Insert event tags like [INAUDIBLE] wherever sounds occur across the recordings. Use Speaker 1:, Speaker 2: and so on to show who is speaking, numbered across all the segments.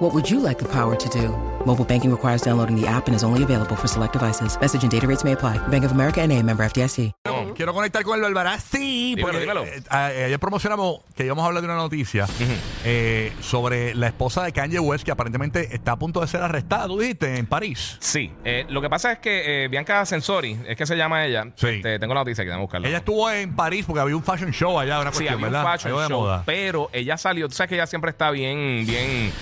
Speaker 1: What would you like the power to do? Mobile banking requires downloading the app and is only available for select devices. Message and data rates may apply. Bank of America and a member FDIC.
Speaker 2: Quiero conectar con el Alvarás, sí,
Speaker 3: Dímelo,
Speaker 2: porque
Speaker 3: dímelo.
Speaker 2: eh, a- ayer promocionamos que íbamos a hablar de una noticia eh, sobre la esposa de Kanye West que aparentemente está a punto de ser arrestada, tú dijiste, en París.
Speaker 3: Sí, eh, lo que pasa es que eh, Bianca Sensori, es que se llama ella.
Speaker 2: Sí.
Speaker 3: Este, tengo la noticia que tengo que buscarla.
Speaker 2: Ella estuvo en París porque había un fashion show allá, una
Speaker 3: sí,
Speaker 2: cuestión,
Speaker 3: había un
Speaker 2: ¿verdad?
Speaker 3: fashion
Speaker 2: Algo de
Speaker 3: show,
Speaker 2: moda.
Speaker 3: pero ella salió, tú sabes que ella siempre está bien, bien...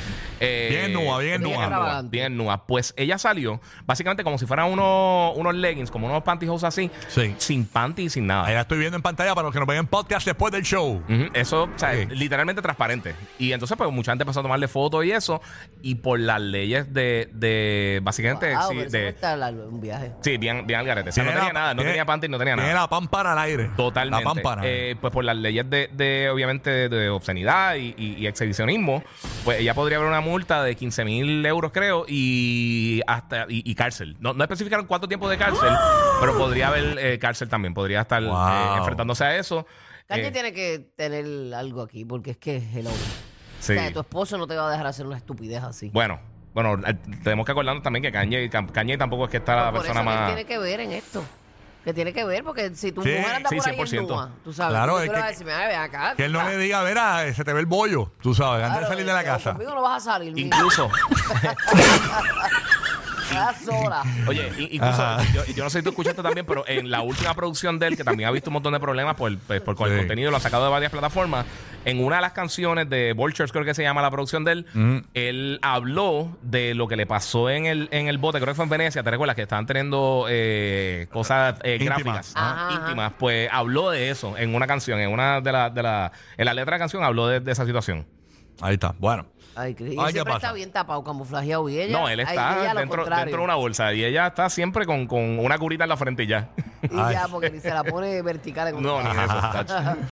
Speaker 3: eh,
Speaker 2: Bien nua, bien nua.
Speaker 4: extravagante.
Speaker 3: Bien nua. Pues ella salió básicamente como si fueran unos, unos leggings, como unos pantyhose así,
Speaker 2: Sí.
Speaker 3: sin panty y sin
Speaker 2: Ahí
Speaker 3: nada.
Speaker 2: la estoy viendo en pantalla para los que nos vean en podcast después del show.
Speaker 3: Ujú, Eso, Mm. o sea,
Speaker 2: Sí.
Speaker 3: literalmente transparente. Y entonces, pues, mucha gente empezó a tomarle fotos y eso. Y por las leyes de, de básicamente,
Speaker 4: Wow,
Speaker 3: sí,
Speaker 4: pero eso
Speaker 3: de,
Speaker 4: cuesta largo, un viaje.
Speaker 3: Sí, bien, bien al garete. O sea, no tenía nada, no tenía panty, no tenía nada.
Speaker 2: Tiene la pámpara al aire.
Speaker 3: Totalmente.
Speaker 2: La pámpara.
Speaker 3: Eh, pues por las leyes de, de, obviamente, de, de obscenidad y, y- y exhibicionismo, pues ella podría haber una multa de 15 mil euros, creo, y hasta y, y cárcel. No, no especificaron cuánto tiempo de
Speaker 4: [GASPS]
Speaker 3: cárcel, pero podría haber eh, cárcel también. Podría estar
Speaker 2: Wow.
Speaker 3: eh, enfrentándose a eso.
Speaker 4: Kanye
Speaker 3: Eh,
Speaker 4: tiene que tener algo aquí, porque es que hello.
Speaker 3: sí.
Speaker 4: O sea, tu esposo no te va a dejar hacer una estupidez así.
Speaker 3: Bueno, bueno, eh, tenemos que acordarnos también que Kanye, Kanye tampoco es que está la
Speaker 4: Por eso
Speaker 3: persona
Speaker 4: que él
Speaker 3: más.
Speaker 4: tiene que ver en esto. Que tiene que ver, porque si tu
Speaker 2: Sí,
Speaker 4: mujer anda
Speaker 3: sí,
Speaker 4: por ahí
Speaker 3: 100%.
Speaker 4: en nua, tú sabes,
Speaker 2: Claro,
Speaker 4: tú
Speaker 2: es
Speaker 4: le
Speaker 2: que-
Speaker 4: vas a decir, "Mira, ven acá.
Speaker 2: que él no
Speaker 4: ah,
Speaker 2: le diga, verá, eh, se te ve el bollo, tú sabes, antes
Speaker 4: claro,
Speaker 2: de salir de la
Speaker 4: pero
Speaker 2: casa.
Speaker 4: Conmigo no vas a salir, mira,
Speaker 3: Incluso.
Speaker 4: estás sola.
Speaker 2: [LAUGHS]
Speaker 3: Oye, i- incluso,
Speaker 2: Ajá.
Speaker 3: yo, yo no sé si tú escuchaste también, pero en la última producción de él, que también ha visto un montón de problemas por, pues, por con el
Speaker 2: Sí.
Speaker 3: contenido, lo ha sacado de varias plataformas, en una de las canciones de Vultures, creo que se llama la producción de él,
Speaker 2: Mm.
Speaker 3: él habló de lo que le pasó en el, en el bote, creo que fue en Venecia, ¿te recuerdas? Que estaban teniendo eh, cosas eh,
Speaker 2: Íntimas.
Speaker 3: gráficas,
Speaker 4: Ajá, ajá.
Speaker 3: íntimas. Pues habló de eso en una canción, en una de las, de la, en la letra de la canción habló de, de esa situación.
Speaker 2: Ahí está, bueno.
Speaker 4: Ay, Cris,
Speaker 2: Ay,
Speaker 4: él
Speaker 2: ¿qué
Speaker 4: siempre
Speaker 2: pasa?
Speaker 4: está bien tapado, camuflajeado. Y ella,
Speaker 3: no, él
Speaker 4: ay,
Speaker 3: está
Speaker 4: ella, lo
Speaker 3: dentro,
Speaker 4: contrario.
Speaker 3: dentro de una bolsa y ella está siempre con, con una curita en la frente y ya.
Speaker 4: Y ya,
Speaker 2: Ay.
Speaker 4: porque ni se la pone vertical en
Speaker 3: No, ni
Speaker 4: un-
Speaker 3: en eso, tacho.